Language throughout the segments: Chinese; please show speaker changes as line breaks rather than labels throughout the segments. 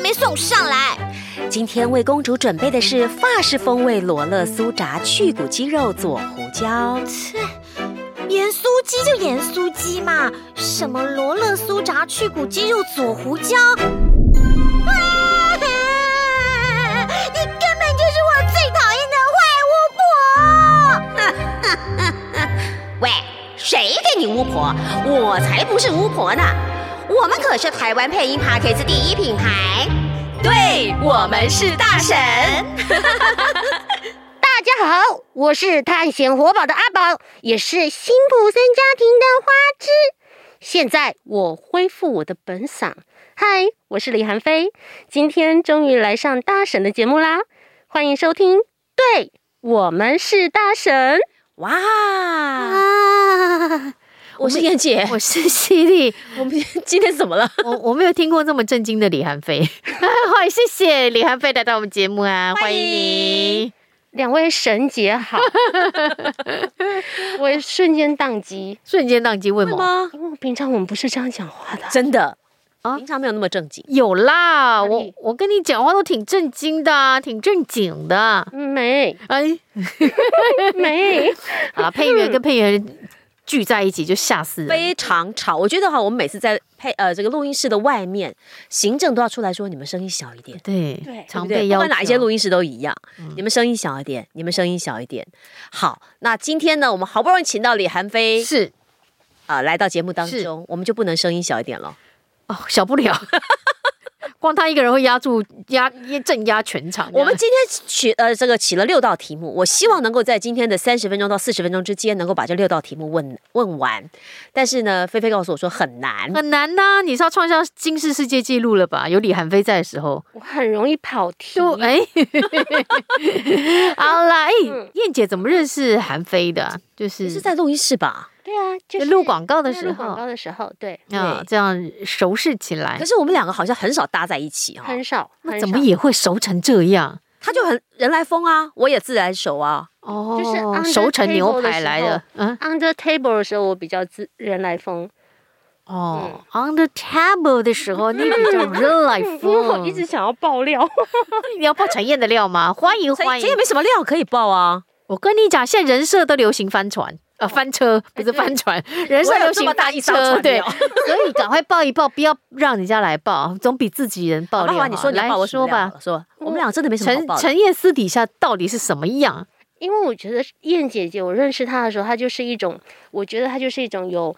没送上来？
今天为公主准备的是法式风味罗勒酥炸去骨鸡肉佐胡椒。
切，盐酥鸡就盐酥鸡嘛，什么罗勒酥炸去骨鸡肉佐胡椒？啊！你根本就是我最讨厌的坏巫婆！
喂，谁给你巫婆？我才不是巫婆呢！我们可是台湾配音 p a c k a g e 第一品牌，对我们是大 神。
大家好，我是探险活宝的阿宝，也是辛普森家庭的花枝。现在我恢复我的本嗓，嗨，我是李韩飞，今天终于来上大婶的节目啦，欢迎收听。对我们是大婶，
哇，
啊，
我是燕姐，
我是犀利，
我们今天怎 么了？
我我没有听过这么震惊的李韩飞， 欢迎谢谢李韩飞来到我们节目啊，欢迎你。
两位神姐 好，我瞬间宕机，
瞬间宕机，为
会
毛？
吗？
因为平常我们不是这样讲话的。
真的
哦
啊
平常没有那么正经。
有啦，
哪
我
里
我跟你讲话都挺震惊的啊，挺正经的。
没
哎，
没，
好了，配乐跟配乐聚在一起就吓死人。
非常吵，我觉得哈，我们每次在配呃这个录音室的外面，行政都要出来说你们声音小一点，
对
对，
常
对
被
不对？不
要
管哪一些
求嗯
录音室都一样，你们声音小一点，你们声音小一点。好，那今天呢，我们好不容易请到李韩飞
是
啊、来到节目当
是
中，我们就不能声音小一点了。
哦，小不了， 光他一个人会压住压镇压全场。
我们今天取呃这个起了六道题目，我希望能够在今天的三十分钟到四十分钟之间，能够把这六道题目问问完。但是呢，菲菲告诉我说很难，
很难呐、你是要创下金氏世界纪录了吧？有李韩飞在的时候，
我很容易跑题。
就哎，好啦，哎，燕姐怎么认识韩飞的啊？就是
是在录音室吧？
对啊，就是
录广告的
对
时
录广告
候
的时候，对，
啊
对，
这样熟识起来
可，是我们两个好像很少搭在一起哈、
很少，
那
很
怎么
少
也会熟成这样？
他就很人来疯啊，我也自来熟啊。
哦，
就是 under
熟成牛
table 的
排
时
来
候
的，嗯，
under table 的时候，我比较自人来疯，
哦，under table 的时候，那比较人来
嗯因为 我
疯
一。直想要爆料，
你要爆陈燕的料吗？欢迎
所
欢
以
迎
这也！没什么料可以爆啊，
我跟你讲，现在人设都流行翻船，呃，翻车不是翻船，人设
哦哎我有
流
这
行
么大
翻
一艘
车，
船
对，
料
所以赶快报一报，不要让人家来报，总比自己人报
好吧
料
好
好。
吧，你说你
来
要爆我什
说
么料
吧
好，了，说我们俩真的没什么好
陈
爆的。
陈燕私底下到底是什么样？
因为我觉得燕姐姐，我认识她的时候，她就是一种，我觉得她就是一种有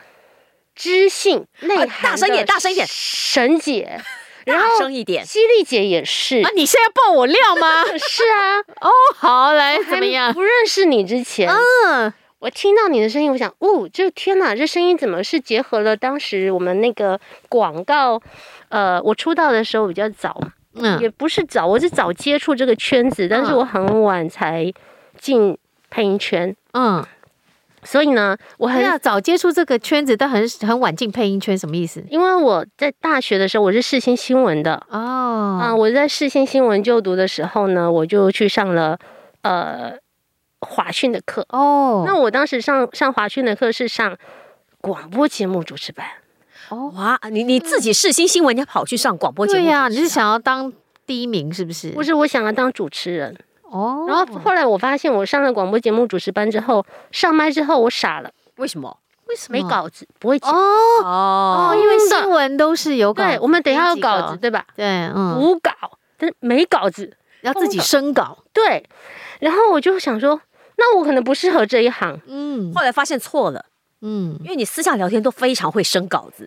知性内
啊
涵、
大声一点大声一点
神姐，然后
大声一点，
犀利姐也是
啊，，你现在报我料吗？
是 啊，
好，来
还
怎么样？
不认识你之
啊
前，
嗯，
我听到你的声音，我想，哦，这天哪，这声音怎么是结合了当时我们那个广告？呃，我出道的时候比较早，
嗯
也不是早，我是早接触这个圈子，但是我很晚才进配音圈，
嗯，
所以呢，我
对
很
啊，早接触这个圈子，但很很晚进配音圈，什么意思？
因为我在大学的时候我是世新新闻的啊、
嗯
哦，
我在世新新闻就读的时候呢，我就去上了呃华讯的课。那
哦，
我当时上上华讯的课是上广播节目主持班。
哦，
哇，你你自己世新新闻，你还跑去上广播节目？啊
对呀，你是想要当第一名是不是？
不是我想要当主持人，
嗯哦，
然后后来我发现我上了广播节目主持班之后，上麦之后我傻了，
为什么？
为什么
没稿子，不会讲。
哦
哦
哦，因为新闻都是有稿
嗯
子，
对，我们等一下有稿
编
子，
辑，
对吧？
对，啊嗯，
无稿，但是没稿子。
要自己生稿，
对，然后我就想说，那我可能不适合这一行。
嗯
后来发现错了，
嗯，
因为你私下聊天都非常会生稿 子，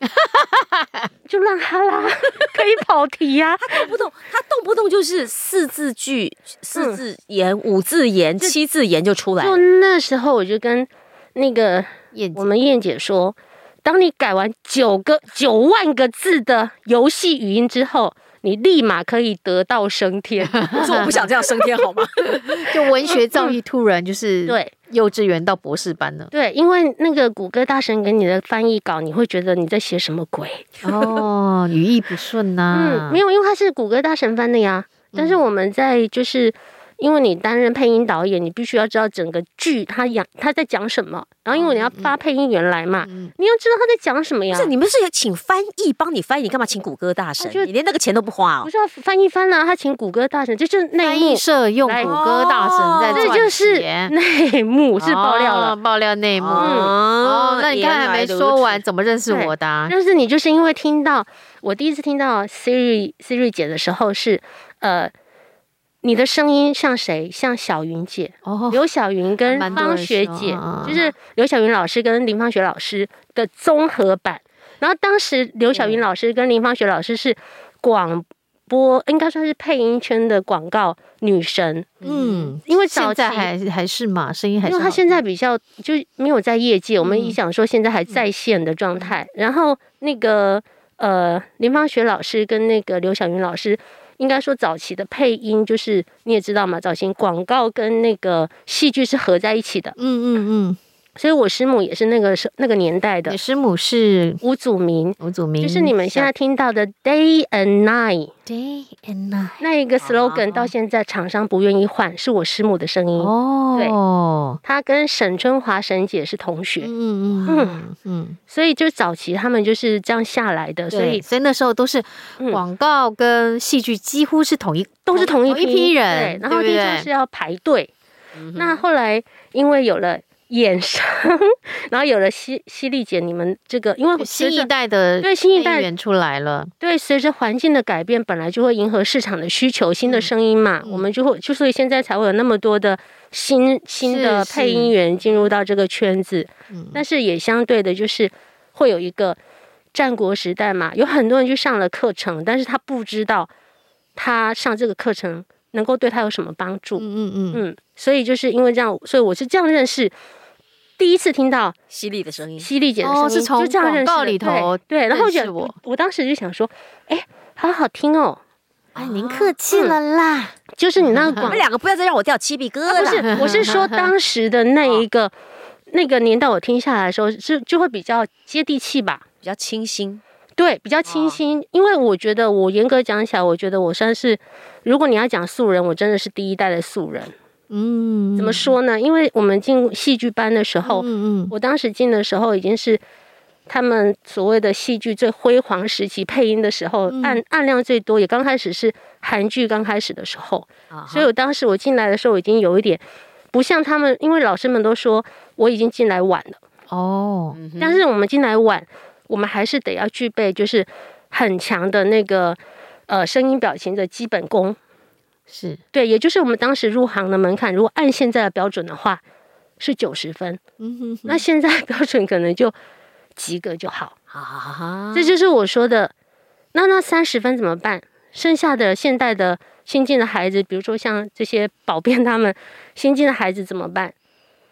就让他啦， 可以跑题 呀、
他动不动他动不动就是四字句、四字
嗯
言、五字言、七字言就出来
就
了。
那时候我就跟那个
燕
我
姐，
们燕姐说，当你改完九个九万个字的游戏语音之后，你立马可以得道升 天。
我说我不想这样升天好吗？
就文学造诣突然就是
嗯对，
幼稚园到博士班了，
对，因为那个谷歌大神给你的翻译稿，你会觉得你在写什么鬼？
哦，语义不顺呐，
嗯
嗯
嗯，没有，因为它是谷歌大神翻的呀。但是我们在就是因为你担任配音导演，你必须要知道整个剧他讲他在讲什么，然后因为你要
嗯
发配音员来嘛，你要知道他在讲什么
啊
呀
不。是你们是有请翻译帮你翻译，你干嘛请谷歌大神
他就？
你连那个钱都不花
不
哦。
是要翻译翻了，他请谷歌大神，这就是内
翻
幕
译，社用
来
谷歌大神在
这
赚
啊
就是
钱
内幕，是爆料了
哦。爆料内幕。
嗯
哦，那你刚才还没说完，
原来如此。
怎么认识我的啊？
但是你就是因为听到我第一次听到 Siri Siri 姐的时候是，呃，你的声音像谁？像小云姐，
哦，
刘晓云跟
蛮多
方
人
学
说
姐
嗯，
就是刘晓云老师跟林芳雪老师的综合版。然后当时刘晓云老师跟林芳雪老师是广播，应该算是配音圈的广告女神，
嗯，
因为早期
现在还还是嘛，声音还是
因为
好。嗯
他现在比较就没有在业界，我们一想说现在还在线的状态。然后那个呃，林芳雪老师跟那个刘晓云老师，应该说早期的配音就是你也知道嘛，早期广告跟那个戏剧是合在一起的，
嗯嗯
所以我师母也是那个时那个年代
嗯，
的
你师母是
吴祖明。
吴祖明，
就是你们现在听到的 day and night
day and night
那一个 slogan，到现在厂商不愿意换，是我师母的声音。
哦，
她跟沈春华沈姐是同学，
嗯嗯嗯嗯，
所以就早期他们就是这样下来的，
对
所以
所以那时候都是
嗯
广告跟戏剧几乎是统一，
都是同一
同一批人
对然后
对不
听
对嗯
说是要排队，那后来因为有了衍生， 然后有了犀犀利姐，你们这个因为
哦新
随
一
着
代的
对新一代
配音员出来了，
对随着环境的改变，本来就会迎合市场的需求，新的
嗯
声音嘛，我们就会就所以现在才会有那么多的新新的
是嗯
配音员进入到这个圈子，但是也相对的就是会有一个战国时代嘛，有很多人去上了课程，但是他不知道他上这个课程能够对他有什么帮助，
嗯嗯嗯，
嗯，所以就是因为这样，所以我是这样认识。第一次听到
犀利的声音，
犀利姐的声音，
哦是从
就这样认识的
广告里头
对对，然后
认识
就
我
我当时就想说，哎，好好听哦，
哎，您客气了啦。
就是你那个
你
广
们两个不要再让我掉鸡皮疙瘩。
啊不是，我是说当时的 那
哦
一个那个年代，我听下来的时候，就就会比较接地气吧。
比较清新，
对，比较
哦
清新，因为我觉得我严格讲起来，我觉得我算是，如果你要讲素人，我真的是第一代的素人。
嗯，
怎么说呢？因为我们进戏剧班的时候，
嗯嗯
我当时进的时候已经是他们所谓的戏剧最辉煌时期，配音的时候案案量最多，也刚开始是韩剧刚开始的时候，所以我当时我进来的时候已经有一点不像他们，因为老师们都说我已经进来晚了，
哦，
但是我们进来晚，我们还是得要具备就是很强的那个呃声音表情的基本功，
是
对，也就是我们当时入行的门槛，如果按现在的标准的话是九十分，
嗯哼
那现在标准可能就及格就好。
啊，
这就是我说的。那那三十分怎么办？剩下的现代的新进的孩子，比如说像这些保编他们新进的孩子怎么办？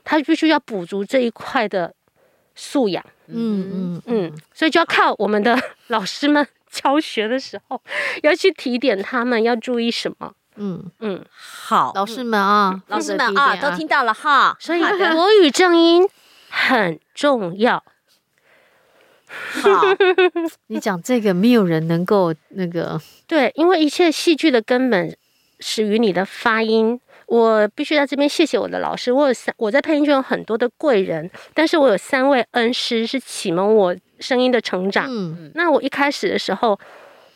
他必须要补足这一块的素养，
嗯嗯
嗯，所以就要靠我们的 老师们教学的时候要去提点他们要注意什么，
嗯，
嗯，
好，
老师们啊，
老师
多
们
提
啊，
点
都听到了哈。
所以 国语正音很重要。
好，
你讲这个，没有人能够那个，
对，因为一切戏剧的根本始于你的发音。我必须在这边谢谢我的老师，我有三，我在配音圈有很多的贵人，但是我有三位恩师是启蒙我声音的成长。
嗯
那我一开始的时候，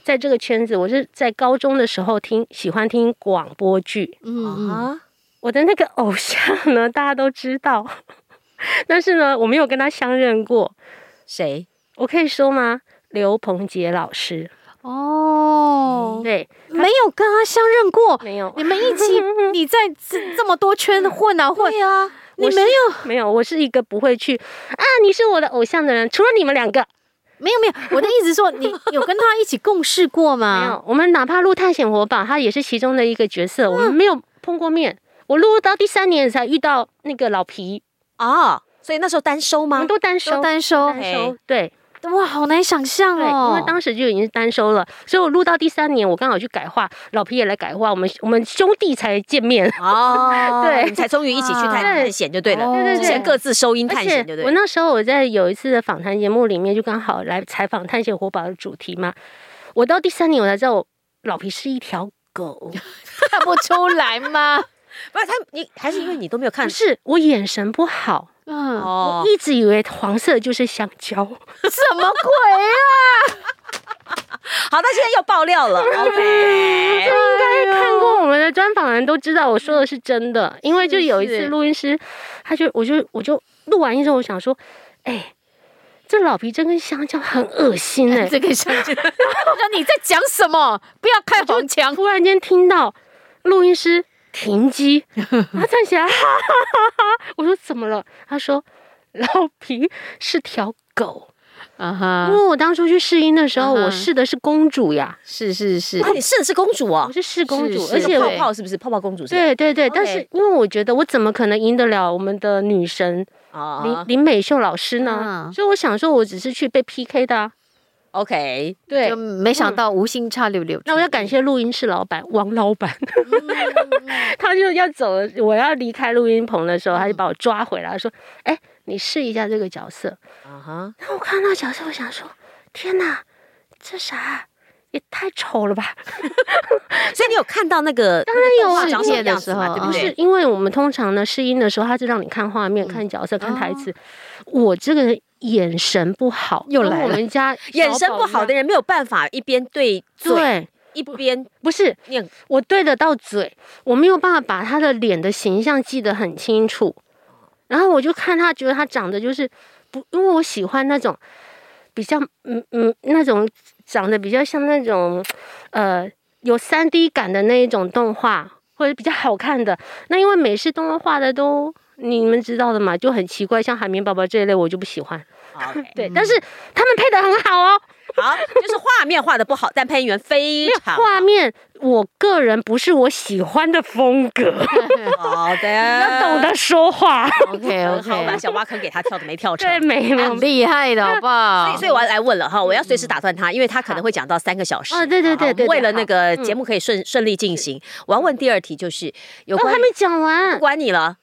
在这个圈子，我是在高中的时候听喜欢听广播剧，
嗯嗯，
啊，
我的那个偶像呢，大家都知道， 但是呢，我没有跟他相认过，
谁？
我可以说吗？刘鹏杰老师，
哦，
对，
没有跟他相认过，
没 有，
你们一起，你在这这么多圈混啊混，
对啊，
你
我是
没有
没有，我是一个不会去啊，你是我的偶像的人，除了你们两个，
没有没有，我的意思说，你有跟他一起共事过
没
吗？
有。我们哪怕录《探险活宝》，他也是其中的一个角色，我
嗯
们没有碰过面。我录到第三年才遇到那个老皮，
哦，所以那时候单收
我
吗
们？都单收
啊都，单收，
单收，对
哇，好难想象
对，
哦。
因为当时就已经是单收了，所以我录到第三年，我刚好去改画，老皮也来改画，我们我们兄弟才见面。
哦，
对
你才终于一起去探
啊
探险就对了，
对哦对对
之前各自收音探险就
而且
对
我
了。
那时候我在有一次的访谈节目里面，就刚好来采访《探险活宝》的主题嘛。我到第三年我才知道，我老皮是一条狗。
看不出来吗？
不是他，你还是因为你都没有看
不是我眼神不好，
嗯，
嗯哦
我一直以为黄色就是香蕉。
什么鬼啊？
好，那现在又爆料了，OK，
应该看过我们的专访的人都知道我说的是真的，因为就有一次录音师，他就我就我就录完音之后，我想说，哎，这老皮真跟香蕉很恶 心哎、
这个相信，那你在讲什么？不要开黄腔。
突然间听到录音师停机，他站起来，哈哈哈哈！我说怎么了？他说老皮是条狗，
啊
因
哈，
为我当初去试音的时候，
嗯哼
我试的是公主呀，
是是 是
啊那，你试的是公主哦
我，是试公主，
是
而
是
且
泡
我
对
泡是不是泡泡公主是不是？
对对对，但是
OK
因为我觉得我怎么可能赢得了我们的女神林
啊
林美秀老师呢
嗯？
所以我想说，我只是去被 PK 的啊。
，OK，
对嗯
就，没想到无心插柳柳。
那我 要感谢录音室老板王老板， 他就要走了，我要离开录音棚的时候，他就把我抓回来，说：“哎，你试一下这个角色。
啊哈”，
那我看到角色，我想说：“天哪，这啥？也太丑了吧！”
所以你有看到那个当
有啊
长什么样
世界的时
子嘛，
候
对嗯
啊
不
不是
对？
因为我们通常呢试音的时候，他是让你看画面、看角色、看台词。
哦
我这个眼神不好，
又
跟
来
我
了
们家
眼神不好的
人，
人没有办法一边对嘴
对，
一边
不是
念
我对得到嘴，我没有办法把他的脸的形象记得很清楚。然后我就看他，觉得他长得就是不，因为我喜欢那种比较嗯嗯那种长得比较像那种呃有三 D 感的那一种动画，或者比较好看的。那因为美式动画画的都你们知道的嘛，就很奇怪，像海绵宝宝这一类我就不喜欢。
，OK，
对，但是他们配的很好哦，
好，就是画面画的不好，但配音员非常
画面我个人不是我喜欢的风格。
好的，
要
要
懂得说话。
OK
好，我把
OK，
小挖坑给他跳的没跳成
对，。没有
很嗯厉害的好不好？
所以我要来问了哈，我要随时打断他，因为他可能会讲到三个小时。
哦对对对
好
对对
为了那个
好嗯
节目可以顺顺利进行，我要问第二题，就是有
我哦
关
还
于
没讲
不
完，
管你了，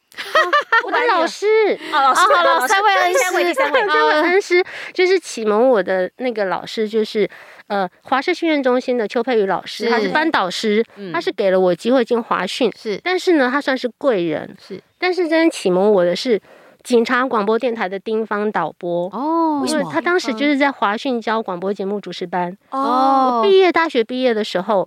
我的老师。
哦，老师
啊哦好了
老师
三位
第
恩
三位
师啊
第三位，
这位恩师就是启蒙我的那个老师，就是呃华视训练中心的邱佩瑜老师，
是
他是班导师，他是给了我机会进华训，
是
但是呢，他算是贵人，
是
但是真正启蒙我的是警察广播电台的丁方导播，
哦
因为他当时就是在华讯教广播节目主持班，
嗯
哦
毕业大学毕业的时候，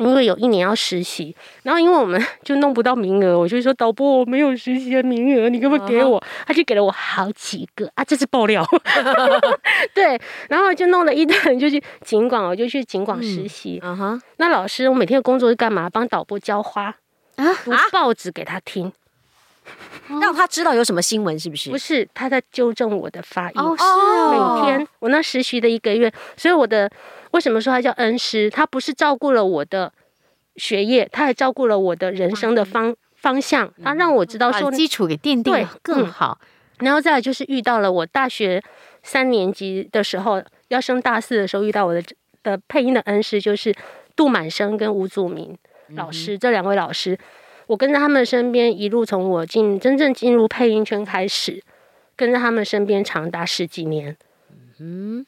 因为有一年要实习，然后因为我们 就弄不到名额，我就说导播我没有实习的名额，你可不可以给
啊
我？他就给了我好几个啊，这是爆料。 对，然后就弄了一堆，就去景广，哦我就去景广实习。
嗯哼，
那老师，我每天的工作是干嘛？帮导播浇花。
啊
读报纸给他听，
让他知道有什么新闻是不是
不？是他在纠正我的发音。
哦是
每
哦
天，我那实习的一个月，所以我的为什么说他叫恩师？他不是照顾了我的学业，他还照顾了我的人生的
嗯
方方向，他让我知道
把
说，
基础给奠定
对
了更好。
然后再来就是遇到了我大学三年级的时候，要升大四的时候遇到我的的配音的恩师就是杜满生跟吴祖明老师、这两位老师，我跟在他们身边一路从我进真正进入配音圈开始，跟在他们身边长达十几年。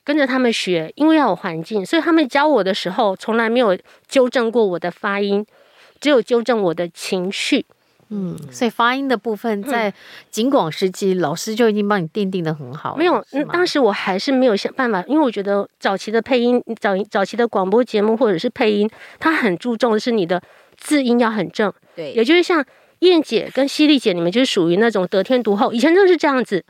跟着他们学，因为要有环境，所以他们教我的时候从来没有纠正过我的发音，只有纠正我的情绪。
嗯，所以发音的部分在景广时期，老师就已经帮你奠定的很好了。
没有，
是
嗯
吗
当时我还是没有想办法，因为我觉得早期的配音、早早期的广播节目或者是配音，它很注重的是你的字音要很正，也
对，
就是像燕姐跟犀利姐，你们就是属于那种得天独厚，以前真的是这样子，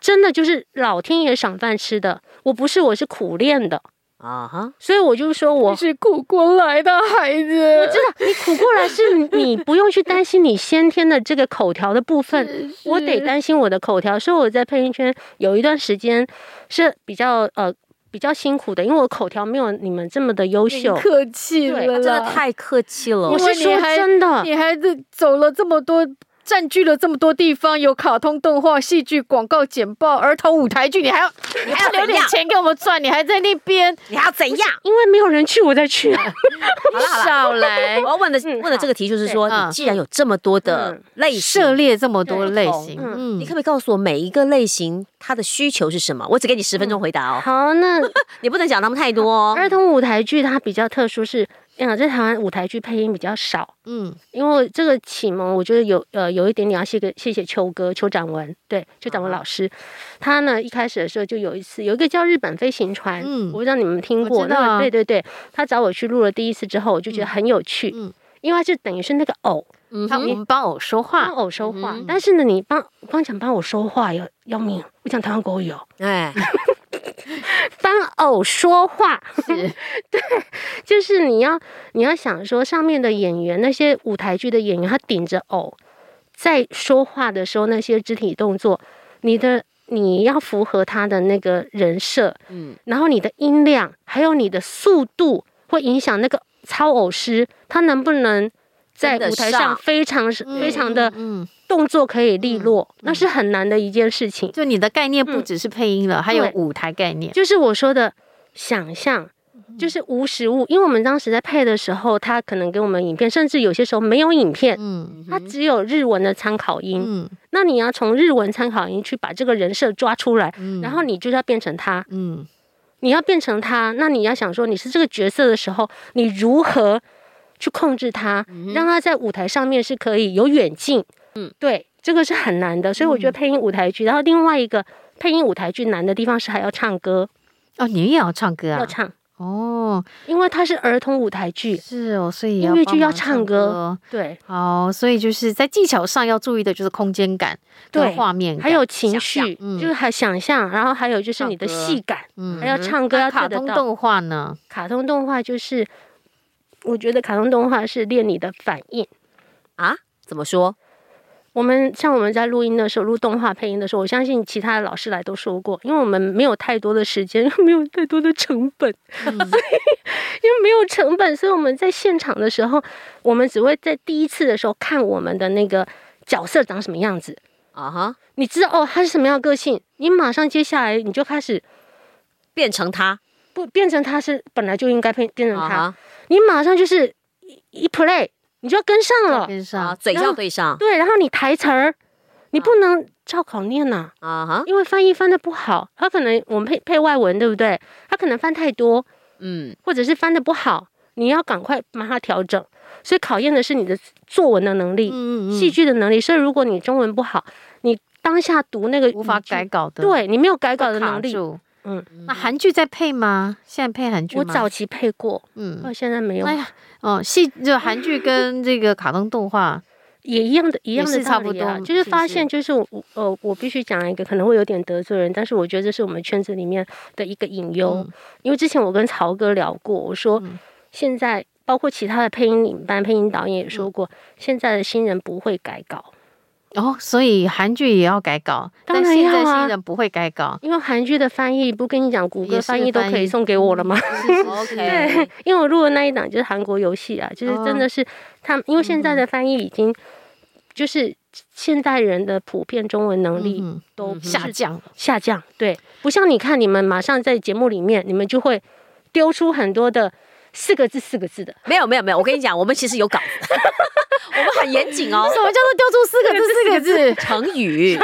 真的就是老天爷赏饭吃的。我不是，我是苦练的，
啊哈，
所以我就说
哦
我
是苦过来的孩子，
知道你苦过来是你不用去担心你先天的这个口条的部 分，我得担心我的口条，所以我在配音圈有一段时间是比较呃比较辛苦的，因为我口条没有你们这么的优秀。
客气
对
了
真的
啦。
太客气了
我。是
因为
说
你还
真的，
你孩子走了这么多，占据了这么多地方，有卡通、动画、戏剧、广告、简报、儿童舞台剧，你还要
你还要
留
怎
点
样？
钱给我们赚，你还在那边
你还要怎样？
因为没有人去我才 去啊。
好了好
少
了，
来
我要问的
嗯
问的这个题就是说，
对嗯
你既然有这么多的类型，
涉猎这么多类型，
对不
嗯
你可不可以告诉我每一个类型它的需求是什么？我只给你十分钟回答哦，
好，那
你不能讲他们太多哦。
儿童舞台剧它比较特殊，是嗯，在台湾舞台剧配音比较少，
嗯，
因为这个启蒙，我觉得有呃有一点点要谢个谢谢秋哥邱展文，对邱展文
嗯
老师，他呢一开始的时候就有一次有一个叫日本飞行船，
嗯
我不知道你们听
我
过，
知道
那
啊
个对对对，他找我去录了第一次之后，我就觉得很有趣，
嗯
因为他就等于是那个偶
他我们帮偶说
帮
话，
偶说话，
嗯
但是呢你帮光讲帮我说话要要命，我讲台湾国语哦，
哎，
帮偶说话，
是
就是你要你要想说上面的演员，那些舞台剧的演员，他顶着偶在说话的时候，那些肢体动作，你的你要符合他的那个人设，
嗯，
然后你的音量，还有你的速度，会影响那个操偶师他能不能。在
跟得
舞台
上嗯
上非常非常的
嗯，嗯
动作可以利落，那是很难的一件事情。
就你的概念不
嗯
只是配音了，还有
对
舞台概念，
就是我说的想象，
嗯
就是无实物。因为我们当时在配的时候，他可能给我们影片，甚至有些时候没有影片，
嗯
它只有日文的参考音。
嗯
那你要从日文参考音去把这个人设抓出来，
嗯
然后你就要变成他。
嗯
你要变成他，那你要想说你是这个角色的时候，你如何去控制他，
嗯
让他在舞台上面是可以有远近。嗯，对，这个是很难的。所以我
嗯
觉得配音舞台剧，然后另外一个配音舞台剧难的地方是还要唱歌，
哦，你也要唱歌啊
要？唱。
哦，
因为它是儿童舞台剧，
是哦，所以
音乐剧
帮忙
要唱歌对
好，所以就是在技巧上要注意的就是空间感、跟
对
画面感，
还有情
想象
绪，
嗯
就是还想象，然后还有就是你的
唱歌
戏感，
嗯
还要唱歌
那
要
卡
对得
通
到。
动画呢？
卡通动画就是，我觉得卡通动画是练你的反应。
啊，怎么说？
我们像我们在录音的时候，录动画配音的时候，我相信其他的老师来都说过，因为我们没有太多的时间， 没有太多的成本，
嗯
因为没有成本，所以我们在现场的时候，我们只会在第一次的时候看我们的那个角色长什么样子，
啊哈，
你知道哦，他是什么样的个性，你马上接下来你就开始
变成他
不变成他是本来就应该变变成
啊
他，
哈
你马上就是一一 play，你就要跟上了，
跟
啊，
上，
嘴
然
要
后
对上
对，然后你台词儿，你不能照考念呐、
啊哈，
因为翻译翻的不好，他可能我们配配外文对不对？他可能翻太多，
嗯，
或者是翻的不好，你要赶快把它调整。所以考验的是你的作文的能力、
嗯
戏剧的能力。所以如果你中文不好，你当下读那个
无法
语句
改，稿的，
对你没有改稿的
会卡
能力，
住。
嗯
那韩剧在配吗？现在配韩剧吗？
我早期配过，
嗯，
到现在没有
哎，呀，哦，戏就韩剧跟这个卡通动画，
也一样的，一样
也
的
是
道
差不
理啊。
多
就是
是
发
是
现，就是我呃，我必须讲一个可能会有点得罪人，但是我觉得这是我们圈子里面的一个隐忧。
嗯
因为之前我跟曹哥聊过，我说
嗯
现在包括其他的配音领班、配音导演也
嗯
说过，现在的新人不会改稿，
哦，所以韩剧也要改稿，
当
但
然
现
要
在
啊
新人不会改稿，
因为韩剧的翻译不跟你讲，谷
也
歌
是
翻译都
翻
可
译嗯
以送给我了吗？
，OK，
对， 因为我录的那一档就是韩国游戏啊，就是真
哦
的是他们，因为现
嗯
在的翻译已经就是现代人的普遍中文能力
嗯哼
都不是
下降了，
下降，对，不像你看你们马上在节目里面，你们就会丢出很多的四个字四个字的，
没有没有没有，我跟你讲，我们其实有稿子，我们很严谨哦，
什么叫做丢出四个字？四个字，我们
成语
有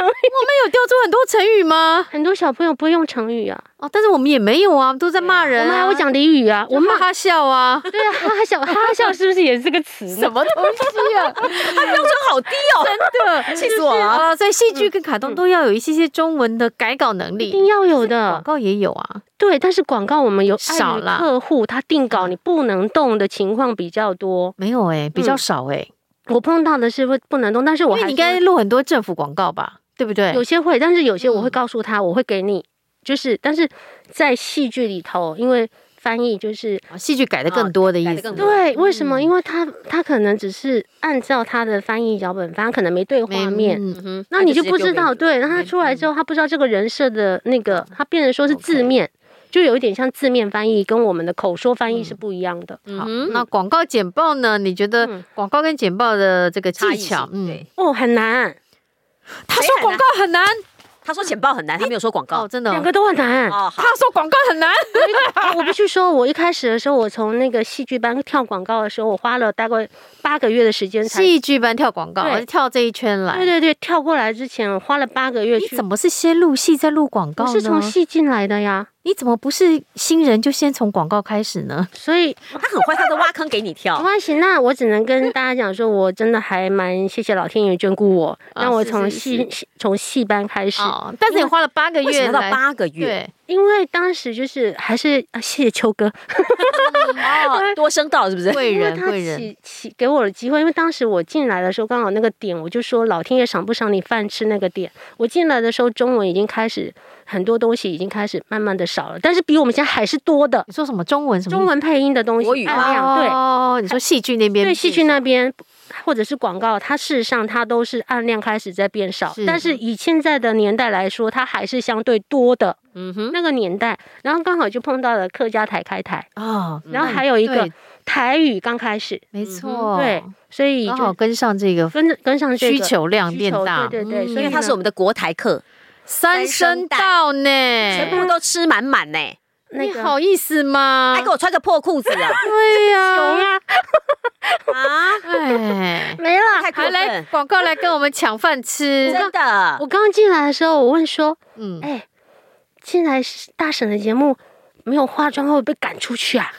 丢出很多成语吗？
很多小朋友不会用成语啊，
哦，但是我们也没有啊，都在骂人、
我
啊。
们还会讲俚语啊，我
我
骂
骂他笑 啊，
对啊，哈哈笑，哈哈笑是不是也是个词呢？
什么东西 啊？
标准好低 哦，真的气死我了。
啊，所以戏剧跟卡通都要有一些些中文的改稿能
一
力
定，要有
广
的，
告也有啊。
对，但是广告我们有碍于
少啦
客户他定稿你不能动的情况比较多。
没有哎、比较少哎、
我碰到的是会不能动，但是我
因为
还
你应
是会
该录很多政府广告吧，对不对？
有些会，但是有些我会
嗯
告诉他，我会给你，就是但是在戏剧里头，因为翻译就是
啊戏剧改的更多的意
改得
思。
更多
对，为什
嗯
么？因为他他可能只是按照他的翻译脚本，反正可能没对
没
画面。
嗯
嗯
那你就不知道，，对，那他出来之后，他不知道这个人设的那个，他变成说是字面，就有一点像字面翻译，跟我们的口说翻
嗯
译是不一样的。
好
好，
那广告简报呢？你觉得
嗯
广告跟简报的这个技
技
巧
巧，，
嗯
对，，
哦，很难，
他说
谁很
广告很难
他说简报很难，他没有说广告
哦，真的
两
哦，
个都很难。
哦，好
他，说广告很难，
啊我必须说，我一开始的时候，我从那个戏剧班跳广告的时候，我花了大概八个月的时间才。
戏剧班跳广告，
对
而且跳这一圈来。
对对对，跳过来之前我花了八个月
你
去
怎，么是先录戏再录广告
我
呢？
是从戏进来的呀。
你怎么不是新人就先从广告开始呢？
所以
他很坏，他都挖坑给你
没
跳。
关系，那我只能跟大家讲说，我真的还蛮谢谢老天爷眷顾我，
啊
让我
是
从
是
戏戏从戏班开始，
哦，但是你花了八个
为什
月
么到
来，
八个月？
对，
因为当时就是还是啊，谢谢秋哥，
哦，多声道是不是？
贵
因为
人
他
贵人，
起起给我的机会，因为当时我进来的时候刚好那个点，我就说老天爷赏不赏你饭吃那个点。我进来的时候中文已经开始很多东西已经开始慢慢的少了，但是比我们现在还是多的
你说什么中文什么意思？
中文配音的东
国
西
语
按量对。
嗯哦，你说戏剧那边
对戏剧那边或者是广告，它事实上它都是按量开始在变少，
是
但是以现在的年代来说，它还是相对多的。
嗯哼
那个年代，然后刚好就碰到了客家台开台，
哦，
然后还有一个
对
台语刚开始，
没错，
嗯对，，所以
刚好
就
跟上这个
跟着跟上这个
需求量变大，
需求对对对，
嗯
所
因
以
为他是我
们
们的国台客，
三声道呢，
全部都吃满满呢，哎
那
你
个
好意思吗
还？给我穿个破裤子啊！
对 呀，
哎呀，
啊，
哎，
没了。
太过
还来
分，
广告来跟我们抢饭吃，
真的
我刚进来的时候，我问说
嗯，
哎，进来大婶的节目没有化妆会不会被赶出去啊？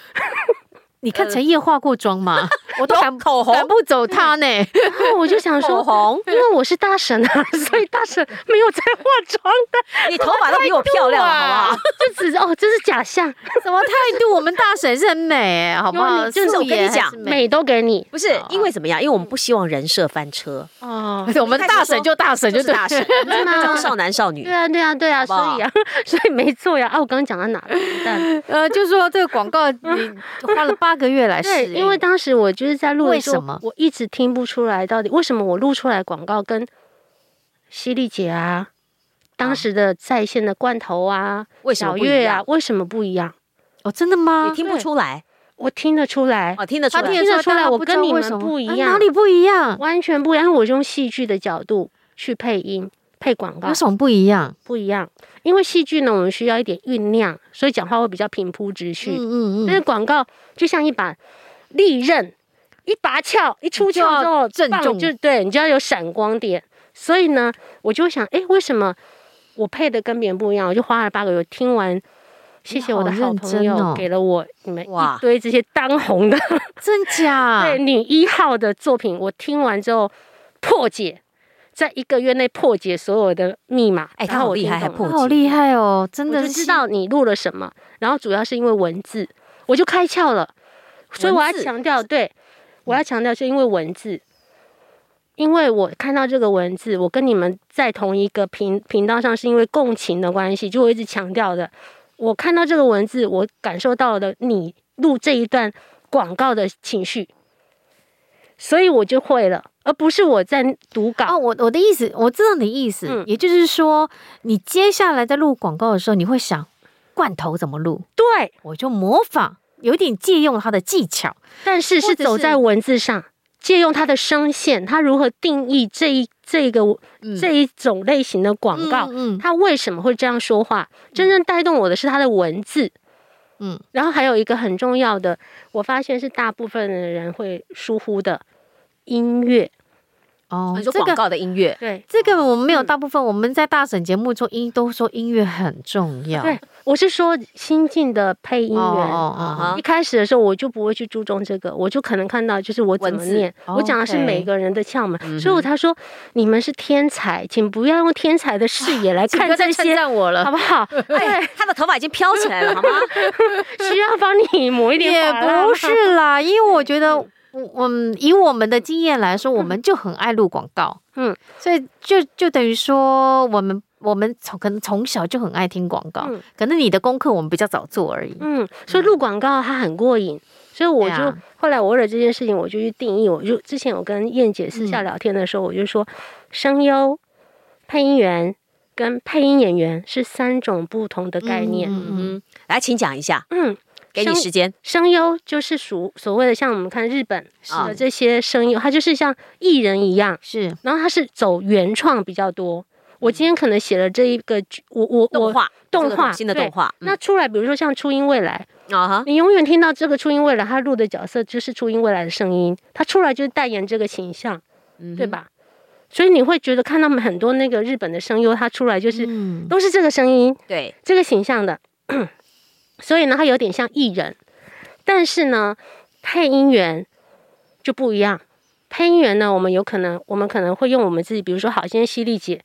你看陈烨化过妆吗？
呃
我都赶
口红
赶不走他呢，
然后我就想
口
说，
红，
因为我是大婶啊， 所以大婶没有在化妆的，
你头发都比我漂亮，好不好？
就只是哦，这是假象，
什么态度？我们大婶是很美，好不
有
好？
你
就是我啊跟你讲
素颜还是美，
美都给你
不是因为怎么样？因为我们不希望人设翻车，
哦。
我们大婶就大婶就
就
是对
大事，
真的
装
吗
少男少女
对。啊，对啊，对啊，
好不好
所以啊， 所以没错呀。啊，我刚刚讲到哪了？完蛋
呃，就说这个广告你花了八个月来哎适
对，
应，
因为当时我就是在录的时
啊欸
候
为什么，
我一直听不出来到底为什么我录出来广告跟犀利姐啊，当时的在线的罐头啊、
为什么
小
不一
月啊
样，
为什么不一样？
哦，真的吗
你？听不出来
我听得出来，
哦，听得出
他
来。
听
听
得
得
出
出
来，
来
大家
我
不
跟
知道
你
为
们
什么
不一
啊
样
哪里不一样？
完全不一样。因为我是用戏剧的角度去配音、配广告
有，什么不一样？
不一样。因为戏剧呢，我们需要一点酝酿，所以讲话会比较平铺直叙。
嗯
但是广告就像一把利刃，一拔鞘，一出
就要
鞘之后，
正
棒
中
就对你就要有闪光点。所以呢，我就想，诶，为什么我配的跟别人不一样？我就花了八个月听完。谢谢我的
你好
好
认
朋
真
友，
哦
给了我你们
哇
一堆这些当红的
真假？
对女一号的作品，我听完之后破解，在一个月内破解所有的密码。
哎他
然后
好
我
厉
听
害还
懂
破
了
他好厉害哦，真
我
的
就是知道你录了什么。然后主要是因为文字，我就开窍了。所以我要
文字
强调，对我要强调是因为文字，因为我看到这个文字，我跟你们在同一个频频道上，是因为共情的关系，就我一直强调的。我看到这个文字，我感受到了你录这一段广告的情绪，所以我就会了，而不是我在读稿。
哦，我我的意思，我知道你的意思，
嗯
也就是说，你接下来在录广告的时候，你会想罐头怎么录，
对，
我就模仿，有点借用他的技巧。
但是
或
是
者
走
是
在文字上，借用它的声线，它如何定义这一这个、
嗯
这一种类型的广告，
嗯嗯
它为什么会这样说话？真正带动我的是它的文字。
嗯，
然后还有一个很重要的，我发现是大部分的人会疏忽的音乐。
哦
你说广告的音乐，
对，
这个我们没有，大部分我们在大婶节目中音都说音乐很重要。哦
对，我是说新进的配音员。
啊
一开始的时候，我就不会去注重这个，我就可能看到就是我怎么
文字
念，我讲的是
OK 嗯
每个人的窍门，所以我他说你们是天才，请不要用天才的视野来看
不要再
这
称
些，
赞哎我了
好，不 好？对，
他的头发已经飘起来了，好吗？
需要帮你抹一
也
点发蜡
不 是啦，嗯因为我觉得我，我们以我们的经验来说，我们就很爱录广告，
嗯，
所以就就等于说，我们我们从可能从小就很爱听广告，
嗯
可能你的功课我们比较早做而已。
嗯，所以录广告它很过瘾，所以我就、
对啊
后来我为了这件事情，我就去定义，我就之前我跟燕姐私
嗯
下聊天的时候，我就说，声优、配音员跟配音演员是三种不同的概念。
嗯嗯
嗯，来，请讲一下，
嗯
给你
声
时间。
声优就是属所谓的像我们看日本
啊
的这些声优，他就是像艺人一样，
是
然后他是走原创比较多。我今天可能写了这一个剧，我我
嗯动
我，
画，嗯
动
这个
画
新的
对
动画，
那出来比如说像初音未来，
嗯啊哈，
你永远听到这个初音未来他录的角色就是初音未来的声音，他出来就是代言这个形象，
嗯哼
对？吧？所以你会觉得看到很多那个日本的声优，他出来就是
嗯，
都是这个声音、
对，
这个形象的。 所以呢，他有点像艺人，但是呢，配音员就不一样。配音员呢，我们有可能，我们可能会用我们自己，比如说，好，现在犀利姐，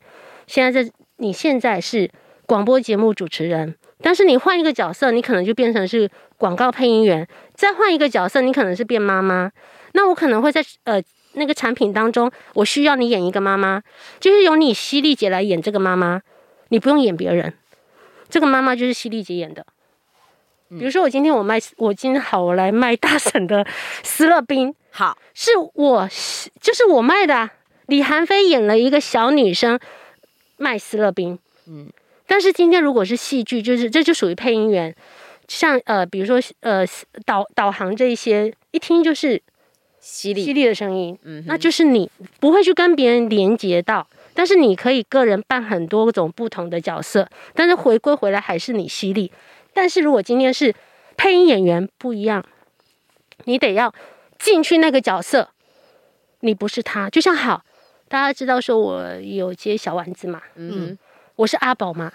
现在在你现在是广播节目主持人，但是你换一个角色，你可能就变成是广告配音员；再换一个角色，你可能是变妈妈。那我可能会在呃那个产品当中，我需要你演一个妈妈，就是由你犀利姐来演这个妈妈，你不用演别人，这个妈妈就是犀利姐演的。比如说，我今天我卖，我今天好，我来卖大婶的斯乐冰，
好，
是我是就是我卖的啊、李韩非演了一个小女生卖斯乐冰，嗯，但是今天如果是戏剧，就是这就属于配音员，像呃比如说呃导导航这一些，一听就是犀
犀利，
利的声音，嗯，那就是你不会去跟别人连接到，但是你可以个人扮很多种不同的角色，但是回归回来还是你犀利。但是如果今天是配音演员不一样，你得要进去那个角色，你不是他。就像好，大家知道说我有接小丸子嘛，
嗯，
我是阿宝嘛，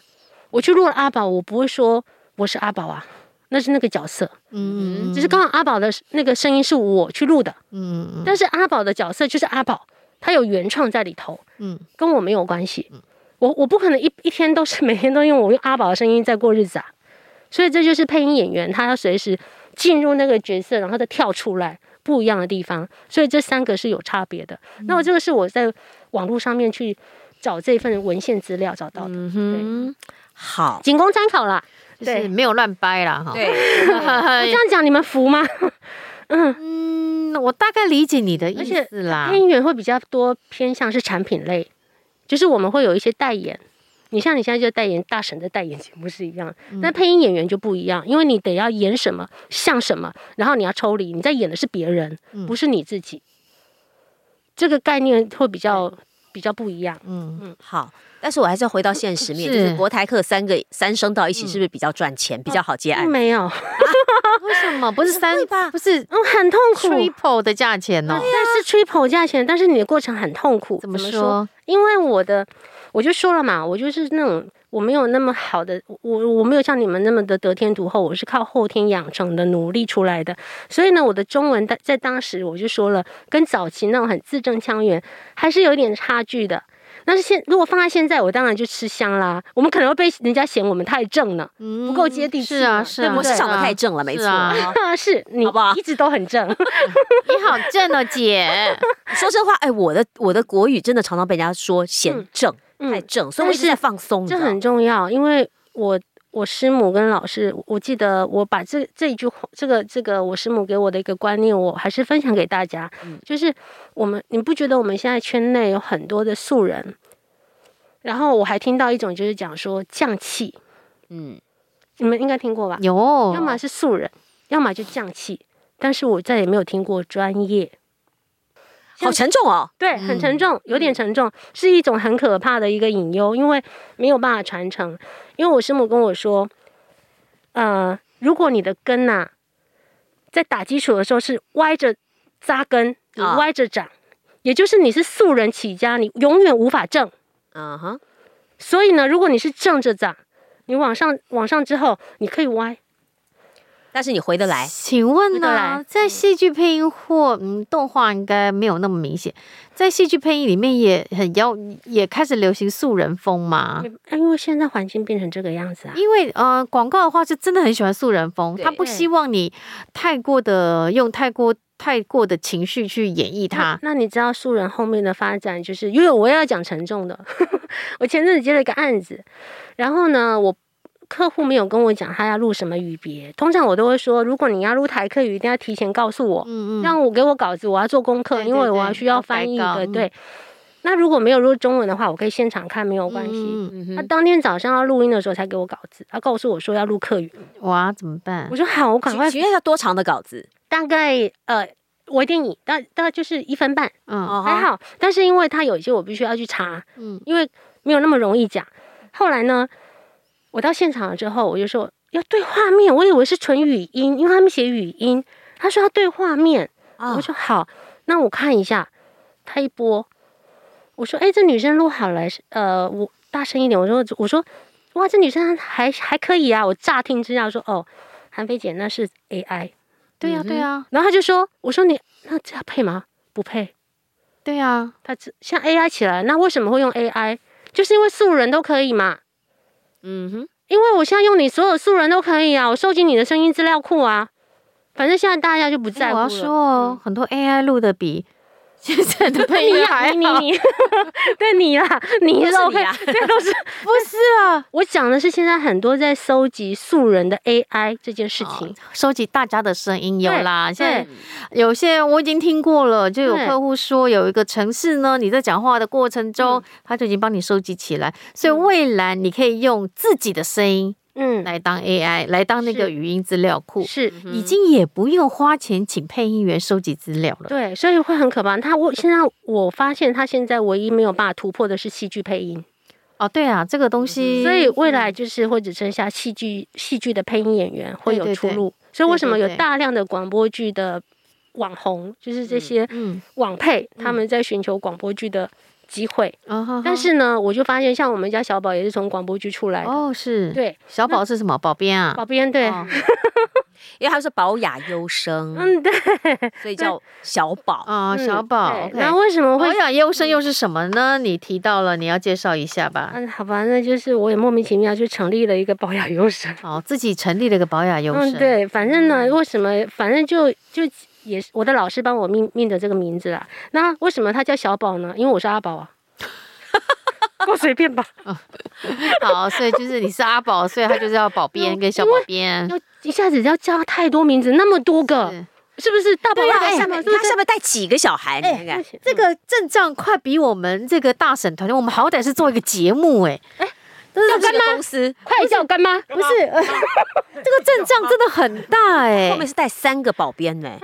我去录了阿宝，我不会说我是阿宝啊，那是那个角色，
嗯
只是刚好阿宝的那个声音是我去录的。
嗯
但是阿宝的角色就是阿宝，他有原创在里头，
嗯，
跟我没有关系。我我不可能一一天都是每天都用我用阿宝的声音在过日子啊，所以这就是配音演员他要随时进入那个角色，然后再跳出来不一样的地方，所以这三个是有差别的。
嗯
那我这个是我在网络上面去找这份文献资料找到的，
嗯哼，
好，
仅供参考啦。
就是没有乱掰啦哈。
对，
我这样讲你们服吗？
嗯，我大概理解你的意思啦
配。音员会比较多偏向是产品类，就是我们会有一些代言。你像你现在就代言大神的代言节目是一样，
嗯
但配音演员就不一样，因为你得要演什么像什么，然后你要抽离，你在演的是别人，
嗯
不是你自己。这个概念会比较比较不一样。
嗯，
好。但是我还是要回到现实面，就是
是
国台客三个三声到
嗯
一起，是不是比较赚钱，比较好接案？
没有，
为什么不是三
会吧
不是
嗯，哦很痛苦。
triple 的价钱
但
哦？
是 triple 价钱，但是你的过程很痛苦。
怎么
说？
说？
因为我的，我就说了嘛，我就是那种我没有那么好的，我我没有像你们那么的得天独厚，我是靠后天养成的努力出来的。所以呢，我的中文在在当时我就说了，跟早期那种很字正腔圆还是有一点差距的。但是现如果放在现在，我当然就吃香啦。我们可能会被人家嫌我们太正了，
嗯
不够接地气
是啊，
嘛
是
对
啊，
模式
是
想的
啊
太正了，没
是
错。
啊
嗯是你
好不好
一直都很正。
你好正哦， 姐。
说真话，哎，我的我的国语真的常常被人家说嫌正，
嗯
太正，所以我一直在放松。
这
你知道
很重要，因为我我师母跟老师，我记得我把这这一句话，这个这个我师母给我的一个观念，我还是分享给大家，就是我们你不觉得我们现在圈内有很多的素人，然后我还听到一种就是讲说匠气，
嗯，
你们应该听过吧？
有，啊
要么是素人，要么就匠气，但是我再也没有听过专业。
好沉重哦。
对，很沉重，有点沉重，是一种很可怕的一个隐忧，因为没有办法传承。因为我师母跟我说，呃，如果你的根呐、在打基础的时候是歪着扎根，你
啊
歪着长，也就是你是素人起家，你永远无法正。
嗯哼，
所以呢，如果你是正着长，你往上往上之后，你可以歪，
但是你回得来，
请问
回得
呢
来，嗯
在戏剧配音或嗯动画应该没有那么明显，在戏剧配音里面也很要也开始流行素人风嘛？
因为现在环境变成这个样子啊。
因为呃，广告的话是真的很喜欢素人风，
对
他不希望你太过的用太过太过的情绪去演绎它。
那你知道素人后面的发展就是，因为我要讲沉重的， 我前阵子接了一个案子，然后呢，我客户没有跟我讲他要录什么语别，通常我都会说，如果你要录台客语，一定要提前告诉我，
嗯嗯，
让我给我稿子，我要做功课，
对
因为
对
我
对
要需要
要改
翻译
稿
的，
嗯
对。那如果没有录中文的话，我可以现场看，没有关系。
嗯嗯
他当天早上要录音的时候才给我稿子，他告诉我说要录客语，
嗯哇，怎么办
我？说好，我赶快
请，请问一下多长的稿子？
大概呃，我一定以大大概就是一分半，
嗯
哦
还，好，但是因为他有一些我必须要去查，
嗯
因为没有那么容易讲。后来呢，我到现场了之后，我就说要对画面，我以为是纯语音，因为他们写语音，他说要对画面，
啊
我说好，那我看一下，他一播，我说哎，这女生录好了，呃，我大声一点，我说我说哇，这女生还还可以啊！我乍听之下说，哦，韩非姐那是 AI。
对呀、对呀、
然后他就说，我说你那这样配吗？不配。
对呀、
他这像 AI 起来，那为什么会用 AI？就是因为素人都可以嘛。
嗯哼，
因为我现在用你所有素人都可以啊，我收集你的声音资料库啊。反正现在大家就不在乎
我
了。嗯
要说哦，很多 AI 录的比现在的配
你
音
呀、
还
你
好，
你你，对你啦，你
都是
OK，
你啊
这都是
不是啊？
我讲的是现在很多在搜集素人的 AI 这件事情。
哦收集大家的声音有
啊对
啦，现在
对
有些我已经听过了，就有
对
客户说有一个城市呢，你在讲话的过程
嗯
中，他就已经帮你收集起来，所以未来你可以用自己的声音
嗯，
来当 AI，来当那个
是
语音资料库，
是，嗯
已经也不用花钱请配音员收集资料了。
对，所以会很可怕。他我现在我发现他现在唯一没有办法突破的是戏剧配音，
哦，对啊，这个东
嗯
西，
所以未来就是会只剩下戏剧戏剧的配音演员会有
对对
出
对
路。所以为什么有
对
大量的广播剧的网红，就是这些
嗯，
网配，他们在寻求广播剧的机会。
啊哈哈
但是呢，我就发现像我们家小宝也是从广播剧出来的，
哦是，，
对，
小宝是什么保编啊？
宝编对，
哦
因为他是保雅优生，
嗯对，
所以叫小宝。
哦，
嗯
小宝
对
，OK，哦
然后为什么会
保养优生又是什么呢？你提到了，你要介绍一下吧。
嗯，好吧，那就是我也莫名其妙就成立了一个保养优生。
哦，自己成立了一个保养优生，
嗯，，对，反正呢，为什么？反正就就也是我的老师帮我命命的这个名字啊。那为什么他叫小宝呢？因为我是阿宝啊。 够随便 吧，
好，所以就是你是阿宝，所以他就是要 保编跟小宝编。
要一下子要叫太多名字，那么多个，
是
是不是？大宝
对
二
啊，
宝
哎
三宝，是不
他下
是？
面带几个小孩？你看看，
这个阵仗快比我们这个大婶团队，我们好歹是做一个节目哎、但是
这
这
个
个
公司
快叫干妈！
不是，呃这个阵仗真的很大哎、
后面是带三个保编呢，一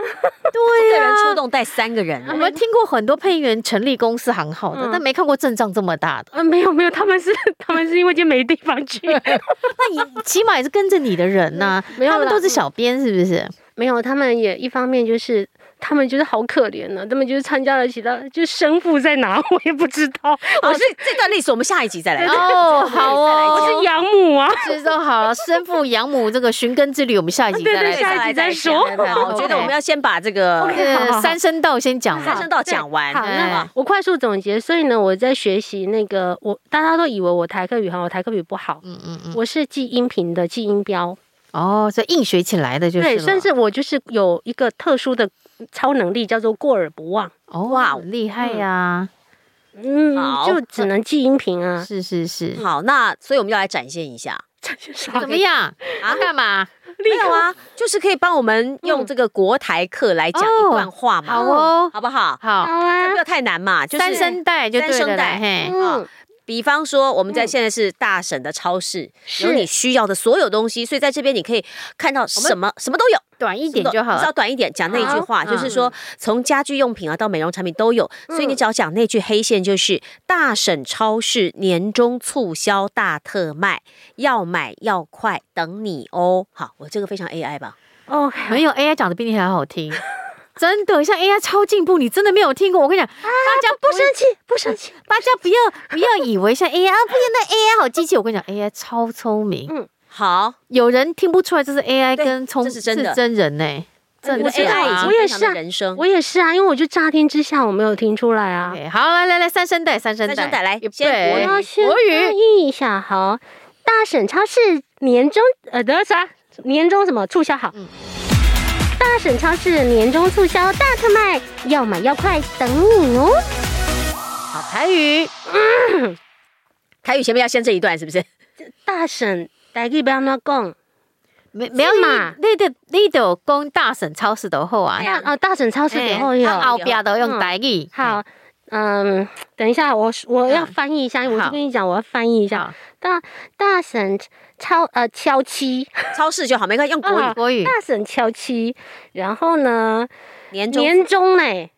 对
个人出
啊，
动带三个人
我，们听过很多配音员成立公司行号的，
嗯
但没看过阵仗这么大的。
啊，没有没有，他们是他们是因为就没地方去，
那你起码也是跟着你的人呐、
没有
他们
啦
都是小编是不是？
没有，他们也一方面就是他们觉得好可怜呢、他们就是参加了其他，就生父在哪 我也不知道，
我哦是这段历史，我们下一集再 来。
哦，好
我
哦，
是养母 啊。
这都好了，生父养母这个寻根之旅，我们下一集再
对
来
对，下
讲。
一集再说。
好，我觉得我们要先把这个
呃，三声道先讲
三
吧
声。道讲完，嗯
好，
哎
那我快速总结。所以呢，我在学习那个，我大家都以为我台客语好，我台客语不好，
嗯嗯嗯。
我是记音频的，记音标。
哦，所以硬学起来的就是
对，
了
算是我就是有一个特殊的超能力，叫做过耳不忘。
哦，
哇
哇，厉害呀！
嗯
好，
就只能记音频啊。
是是是，
好，那所以我们要来展现一下。
嗯
怎么样？
啊
啊，干嘛？
没有啊，就是可以帮我们用这个国台课来讲一段话嘛，
好哦，
好不好？
好，
好啊
不，要太难嘛，就是
三声带就对
三声
了
带
啦。嘿，
嗯，
比方说，我们在现在是大省的超市，有你
是
需要的所有东西，所以在这边你可以看到什么什么都有，
短一
一
点就好
只要
了。
短一点，讲那一句话，
好
就是说从家居用品啊到美容产品都有，所以你只要讲那句黑线，就是大省超市年终促销大特卖，要买要快，等你哦。好，我这个非常 AI 吧？
哦，
没有 AI 讲的比你还好听， 真的，像 AI 超进步，你真的没有听过。我跟你讲，大家不
不生气，不生气。
大家不要不要以为像 AI 啊，不要那 AI 好机器。我跟你讲，AI 超聪明，
好，
有人听不出来这是 AI
对
跟聪
这是真的
真人呢、真
我
的
的 AI 已
啊
经
我也
非常
是啊
的人生。
我也是啊，因为我就乍听之下我没有听出来啊。
OK，好，来来来，三声带，三声带，
三声带来
预备
先
我
国
要先
国
翻
语，
译一下，好，大省超市年终呃的啥年终什么促销好。
嗯
大省超市年终促销大特卖，要买要快，等你哦！
好，台语，
台语前面要先这一段是不是？
大省，大家不要乱讲。
没没有
是嘛
你你的你的公大省超市的后啊，哎
大哦，大省超市等候
他
哟。
后边都用台语，哎
好，嗯，等一下，我我要
嗯
翻译一下，我就
好
跟你讲，我要翻译一下
好。
大大省超呃超期，
超市就好，没关系，用国语
嗯，。国语，
大省超期，然后呢？
年终
年终呢，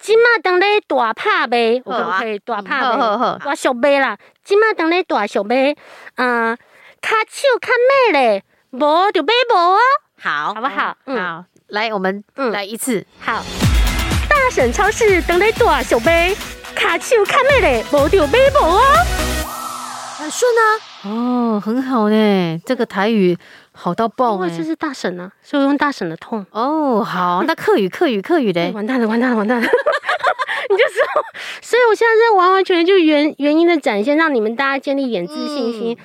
即马当咧大拍卖，有
好啊
讲可以大拍卖，
好好好，
大俗卖啦。即马当咧大俗卖，啊，骹手较买咧，无就买无啊，
好
好，不好？嗯，
好，来我们
嗯
来一次，
好。大省超市当咧大俗卖，骹手较买咧，无就买无啊。
很顺啊，
哦，很好呢，这个台语好到爆
因为这
哎。
是大婶啊，所以我用大婶的痛。
哦，好，那客语客语客 语嘞，
完蛋了，完蛋了，完 蛋了！你就知道，所以我现在在完完全全就原原因的展现，让你们大家建立一点自信心。
嗯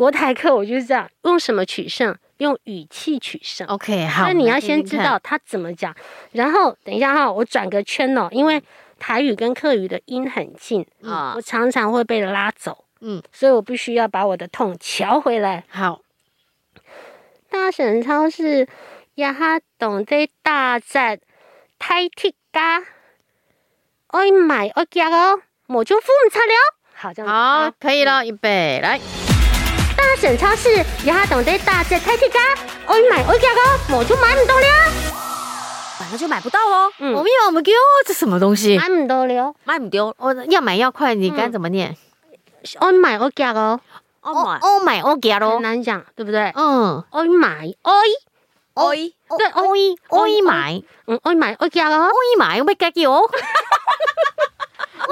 国台课我就是这样，用什么取胜？用语气取胜。
OK，好，哦
那
我们
你要
来
先
听
知
听
道他怎么讲，然后等一下哈，我转个圈哦，因为台语跟客语的音很近，嗯
啊
我常常会被拉走，
嗯，
所以我必须要把我的痛调回来。
看。好，
大婶超市呀哈懂得大战太铁嘎，爱买爱夹哦，我就付唔差了。嗯好，这样子啊
好，可以了，预备，来，
大婶超市呀哈懂得大战太铁嘎，爱买爱夹哦，我就买唔到了。
反正就买不到哦，
嗯
我们要我们给哦，这什么东西？
买唔到了，
买不丢。
哦，要买要快，你该怎么念？
爱买爱夹哦，
哦
哦
买，
哦买哦给喽
很，难讲，对不对？哎
嗯，
爱买爱，
哦
对
哦一哦一买哦
嗯，爱买爱夹哦，
一买要给给哦，
嗯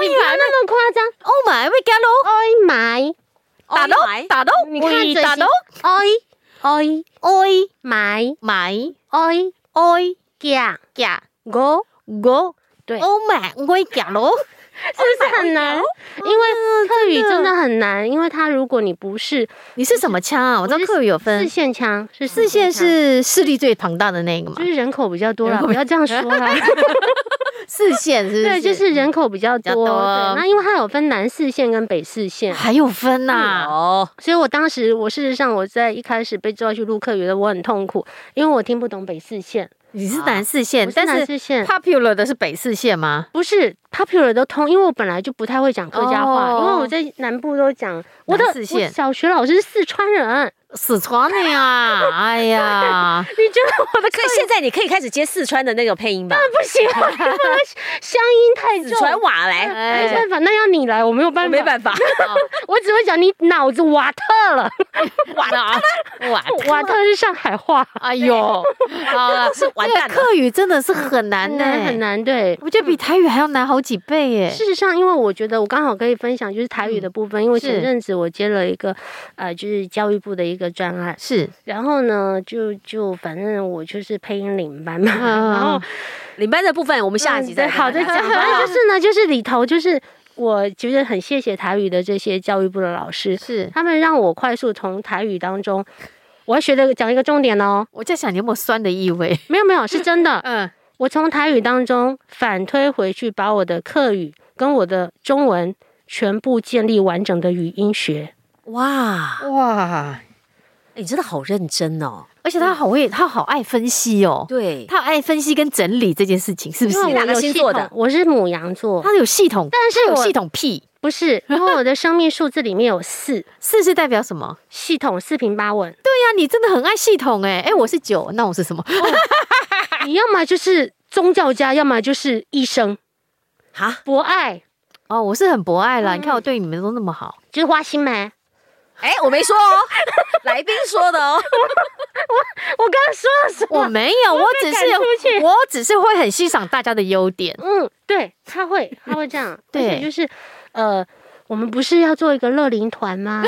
你不要那么夸张，哎
哦买要给喽，
爱买，哦
打
到
喽打喽，
你看
喂
嘴
打
型
喽，
爱爱
哦一
买
买
爱
哦一
夹
给
我。
我
对
哦买我给喽，
是不是很难？哎因为客语真的很难，因为它如果你不是
你是什么腔啊？我知道
我是
客语有
四
分，
线嗯腔，是
四线
腔。
是势力最庞大的那个嘛
就，是人口比较多了，
人口
不要这样说 啦。
四线是不是？ 嗯
对，就是人口比较
比较多
多。对，那因为它有分南四线跟北四线，
还有分啊呐，
哦，
所以我当时我事实上我在一开始被叫去录客语的，我很痛苦，因为我听不懂北四线，
你是南四线
我，是
嗯但
南
是
四线。
popular 的是北四线吗？
不是 popular 都通，因为我本来就不太会讲客家话，
哦
因为我在南部都讲。我的
南四线
我小学老师是四川人，
四川的呀，哎呀，
你觉得我的
所以现在你可以开始接四川的那种配音吧，
不行，我那个乡音太
四
重，
川话来，
哎
没办法，那要你来，我没有办法，
没办法，
我只会讲你脑子瓦特了，
完了，完
瓦特是上海话，
哎呦，啊，
是完
这
蛋了
个客语真的是很 难
很
呢，
难嗯很，难，对。
我觉得比台语还要难好几倍耶。
事实上，因为我觉得我刚好可以分享就是台语的部分，因为
是
前阵子我接了一个，呃，就是教育部的一个专案，
是，
然后呢，就就反正我就是配音领班嘛，
嗯
然后
领班的部分我们下一集再
对好再
的，
讲，反正就是呢，就是里头就是我觉得很谢谢台语的这些教育部的老师，
是，
他们让我快速从台语当中，我要学的讲一个重点哦，
我在想你有没有酸的意味？
没有没有，是真的。
嗯，
我从台语当中反推回去，把我的客语跟我的中文全部建立完整的语音学。
哇，哎
哇，
你真的好认真哦，
而且他好会，他好爱分析哦，
对，
他爱分析跟整理这件事情，是不是
因？为
哪
我
个
有
星
系
座
统
的，
我是母羊座，
他有系统，
但是
他有
我
系统屁，
不是，因为我的生命数字里面有四
四是代表什么？
系统四平八稳，
对啊呀，你真的很爱系统哎，哎，我是九，那我是什么？
你要么就是宗教家，要么就是医生，
哈，
博爱
哦，我是很博爱啦，你看我对你们都那么好，
就是花心梅。
哎，我没说哦，来宾说的 哦，
我刚刚说了什么？
我没有，我只
赶出
是
去
我只是会很欣赏大家的优点。
嗯，对，他会，他会这样，而
对
且就是，呃，我们不是要做一个乐龄团吗？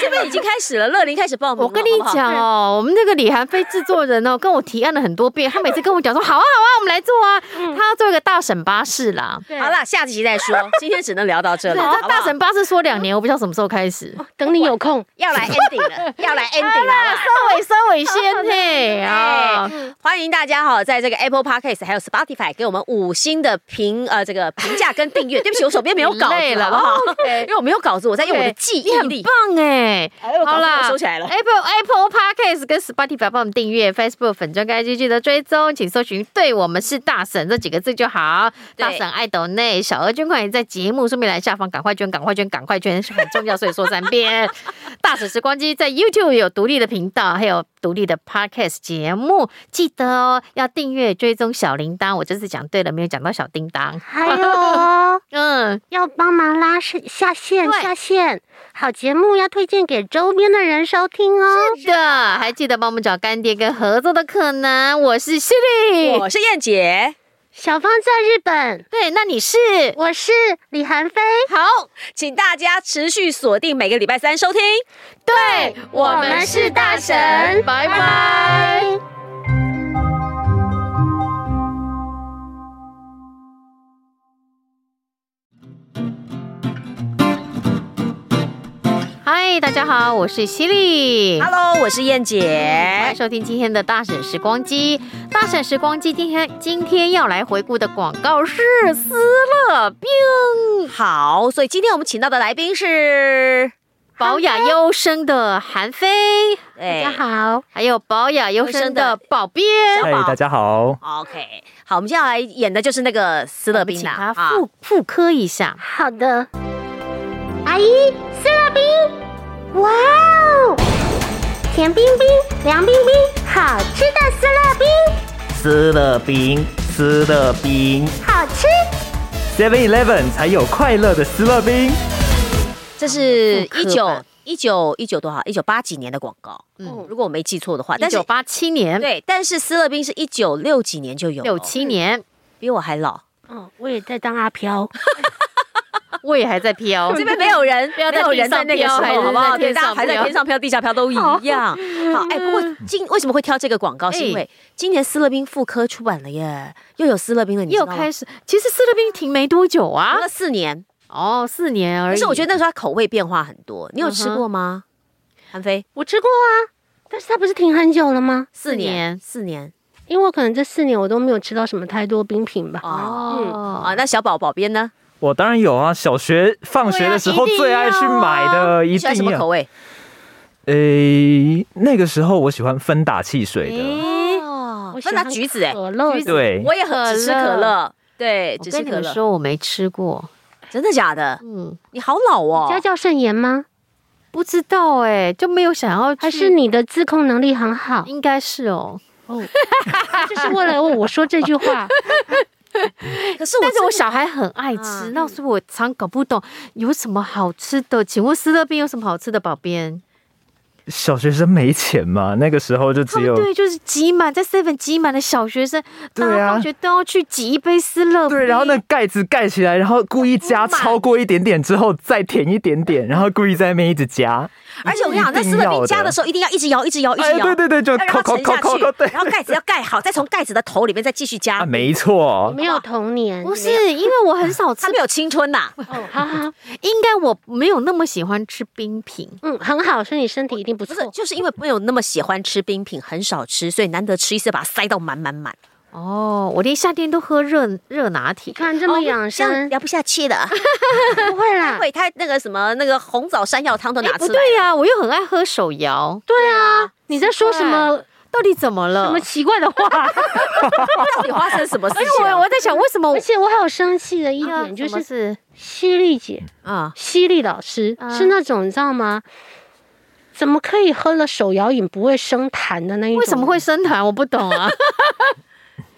这边已经开始了，乐林开始报名了，
我跟你
好不好，
讲哦，我们那个李韩飞制作人哦，跟我提案了很多遍，他每次跟我讲说好啊好啊，我们来做啊，他要做一个大婶巴士啦。
对
好啦，下集再 说，今天只能聊到这
对，
里，
他
好不
大
好？
婶巴士说两年，我不知道什么时候开始。
等你有 空，
要来 ending 了，要来 ending 了。好不
收
好
尾收尾先嘿啊！
欢迎大家哈，在这个 Apple Podcast 还有 Spotify 给我们五星的评呃这个评价跟 订阅。对不起，我手边没有稿
累
子，
了哦
好不好？
OK
因为我没有稿子，我在用我的记忆
你很
力。
棒哎！
哎我稿子我收起来了。
Apple Apple Podcast 跟 Spotify 帮我们订阅，Facebook 粉专该记得追踪，请搜寻“对我们是大婶”这几个字就好。
对
大婶爱抖内，小额捐款也在节目说明栏下方，赶快捐，赶快捐，赶快捐，是很重要，所以说三遍。 大婶时光机在 YouTube 有独立的频道，还有独立的 Podcast 节目，记得哦，要订阅、追踪小铃铛。我这次讲对了，没有讲到小叮当。
还有哦
嗯，
要帮忙拉是下线
对
下线，好节目要推荐给周边的人收听哦。
是的，还记得帮我们找干爹跟合作的可能。我是 Siri，
我是燕姐，
小芳在日本，
对，那你是
我是李韩飞，
好，
请大家持续锁定每个礼拜三收听。
对
我们是大神
拜拜嗨，大家好，我是犀利。
Hello，我是燕
欢
姐
迎。收听今天的大婶时光机。大婶时光机今天今天要来回顾的广告是斯乐冰
好，所以今天我们请到的来宾是，
保雅优生的韩非，
哎
大家好，
还有保雅优生的保编。
嗨，哎大家好。
OK，好，我们接下来演的就是那个斯乐冰啊
请
啦
他复复刻一下，
好的，阿姨，斯乐冰，哇哦，甜冰冰，凉冰冰，好吃的斯乐冰，
斯乐冰，斯乐冰
好吃，
，Seven Eleven 才有快乐的斯乐冰。
这是
复刻
一九
版
一九一九多少？一九八几年的广告，
嗯
嗯，如果我没记错的话，
一
但是
九八七年、
对，但是斯乐冰是一九六几年就有了，
六七年，
比我还老。
哦，我也在当阿飘，
我也还在 飘。
这边没有人，
不要
没
在
有
地
人
上
在那个时
飘还
候，
是
好不好？
在
对，
天
大家
上
还在
飘哦嗯
天上飘、地下飘都一样。好，哎，不过今为什么会挑这个
哎
广告，是因为今年斯乐冰复刻出版了耶，又有斯乐冰了，你知
又
道吗
开？始，其实斯乐冰停没多久啊
隔，了四年，
哦，四年而
可
已。
是我觉得那时候它口味变化很多，你有吃
嗯哼
过吗？韩飞，
我吃过啊，但是它不是停很久了吗？
四
年
年，四年
因为我可能这四年我都没有吃到什么太多冰品吧。
哦。
哦，
啊，那小宝宝边呢？
我当然有啊，小学放学的时候
对啊
最爱去买的，呃一
啊你喜欢什
定
么口
要。
味？
诶，那个时候我喜欢芬达汽水的，
哎
哦
我喜
那拿
欢
橘子哎，
可乐，
对，
我也很只吃
可乐
可乐，对，
我
只吃
跟你
可
们
乐。
说，我没吃过。
真的假的？
嗯，
你好老哦
家！教甚严吗？
不知道哎、就没有想要去。
还是你的自控能力很 好？
应该是哦，
就是为了我说这句话，
可是我
但是我
真的
小孩很爱吃，
啊
那所以我常搞不懂有什么好吃的。请问斯乐冰有什么好吃的？宝边
小学生没钱嘛，那个时候就
他
只
们
有
哦
对，就是挤满在 seven 挤满的小学生，大
对
家
啊
放学都要去挤一杯斯乐冰。
对，然后那盖子盖起来，然后故意加超过一点点之后再填一点点，然后故意在那边一直加。
而且我跟你讲，那
一定
斯乐
要
冰加的时候一定要一直摇，一直摇，一直
哎，
摇，
对对对， 就
要让它
扣扣
沉
扣
下
扣
去
扣，对，
然后盖子要盖好，再从盖子的头里面再继续加
啊，。没错，
没有童年。
不是因为我很少吃
他，没有青春呐，
哦，好好，好
应该我没有那么喜欢吃冰品。
嗯，很好，所以你身体一定不
不是，
错。
就是因为没有那么喜欢吃冰品，很少吃，所以难得吃一次，把它塞到满满满，
哦，我连夏天都喝热热拿铁
你。看这么养
这样
生，
聊不下去的。
不会啦。啊
会，他那个什么那个红枣山药汤都拿
哎不
出来。
对呀、我又很爱喝手摇，
对啊，你在说什么
到底怎么了
什么？奇怪的话？
到 底发生什么事
哎，
情
我
啊了？
我在想为什么
而且我还有生气的一
哦啊
点就
什么
是
是
犀利姐，
啊，
犀利老师
啊
是那种你知道吗？怎么可以喝了手摇饮不会生痰的那一种？
为什么会？生痰？我不懂啊，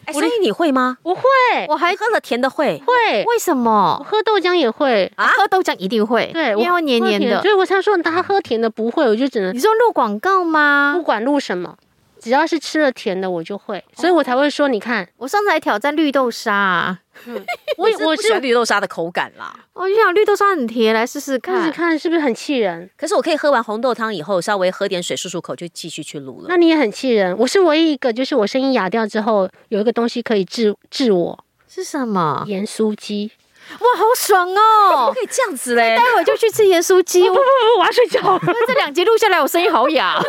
哎，所以你会吗？
不会，
我还
你喝了甜的会，
会。
为什
我
么
喝豆浆也会，
啊
喝豆浆一定会？
对，
因为会
我
黏
喝
黏
甜
的
所。以我才说他喝甜的不会，我就只能
你说录广告
不
吗？
管录什么，只要是吃了甜的我就会，
哦
所以我才会说，你看，
我上次还挑战绿豆沙啊，
我
我
我
是不喜欢
是
绿豆沙的口感啦。
我就想绿豆沙很甜，来试试
看
看
你。看是不是很气人？
可是我可以喝完红豆汤以后，稍微喝点水漱漱口，就继续去录了
那。你也很气人。我是唯一一个，就是我声音哑掉之后，有一个东西可以治治我，
是什么？
盐酥鸡。
哇，好爽哦！
可以这样子 嘞
待会就去吃盐酥鸡。 我
不，我要睡觉了。
这两集录下来，我声音好哑。 啊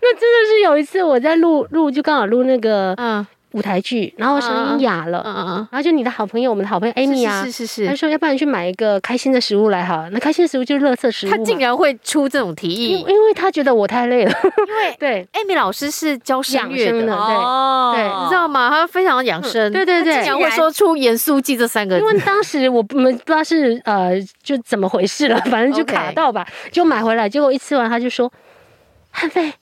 那真的是有一次我在录录，就刚好录那个
嗯
舞台剧，然后我声音哑了，
嗯嗯
然后就你的好朋友，我们的好朋友
嗯，是
Amy 啊，
是是
他
是
说要不然去买一个开心的食物来好了，那开心的食物就是垃圾食
是，
物
他
嘛。
竟然会出这种提
因
议。
因为他觉得我太累了，因为 对
艾米老师是教声乐
养生
的
的，
哦
对
你知道吗？他非常养生，
嗯对对对
他竟然会说出盐酥鸡这三个字
因。为当时我不我们不知道是呃就怎么回事了，反正就
OK
卡到吧，就买回来，结果一吃完他就说：“汉飞，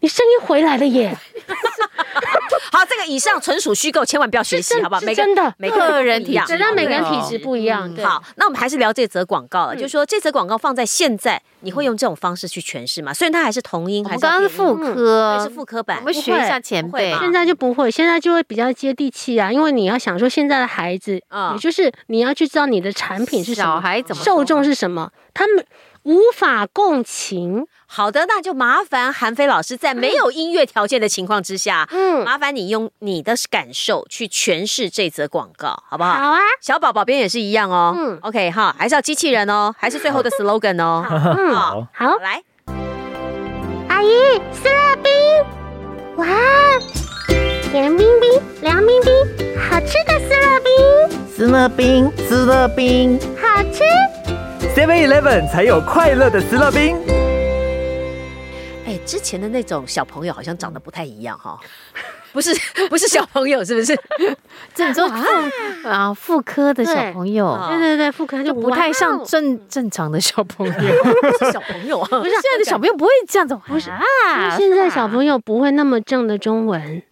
你声音回来了耶！”
好，这个以上纯属虚构，千万不要学习，
真
好不好？
是
每个
真 的
每个
个人
人不一样嗯
体
只
质
让每个人
对
体
哦
质不一样。对，嗯
好，那我们还是聊这则广告了，就是说这则广告放在现在，你会用这种方式去诠释吗？虽然它还是同音，
我
还
们
是
刚
要
刚
变
妇
音
科，
还是妇科版
我，们学一下前
不会
辈
吧。
现在就不会，现在就会比较接地气啊，因为你要想说现在的孩子，
啊
也就是你要去知道你的产品是什
小
么，
孩怎么
受众是什么，他们无法共情。
好的，那就麻烦韩飞老师在没有音乐条件的情况之下，
嗯，
麻烦你用你的感受去诠释这则广告，好不好？
好啊，
小宝宝边也是一样哦。
嗯
OK 哈，还是要机器人哦，还是最后的 slogan 哦。
嗯，
好，
好，
来，
阿姨，斯乐冰，哇，甜冰冰、凉冰冰，好吃的斯乐冰，
斯乐冰，斯乐冰
好吃。
，Seven Eleven 才有快乐的斯乐冰。
哎，之前的那种小朋友好像长得不太一样 哈、不是，不是小朋友，是不是？
这你说妇啊妇科的小
对
朋友
啊
对对对，妇科就
不太
哇
像
哦
正正常的小朋 友，现
不是小朋 友啊，不是
在的小朋友不会这样子，不是
因
啊
为现在小朋友不会那么正的中文，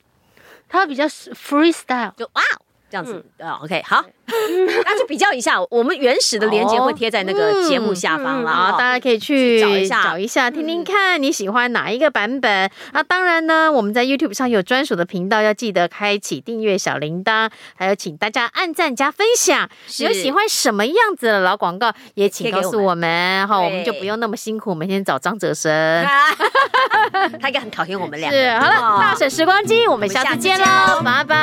他比较 freestyle。
就哇哦这样子
嗯
啊、o k 好，那就比较一下，我们原始的链接会贴在那个节目下方了
啊，
啊、
大家可以去
去找一下嗯
找一下，听听看你喜欢哪一个版本。那当然呢，我们在 YouTube 上有专属的频道，要记得开启订阅小铃铛，还有请大家按赞加分享。
是
你有喜欢什么样子的老广告，也请
贴给
告诉我们哈，
对
我们就不用那么辛苦每天找张哲生。
他应该很讨厌我们俩。
嗯是，好了，大婶时光机，我们
们
下
下
次
次
见
见
喽，
喽
拜拜。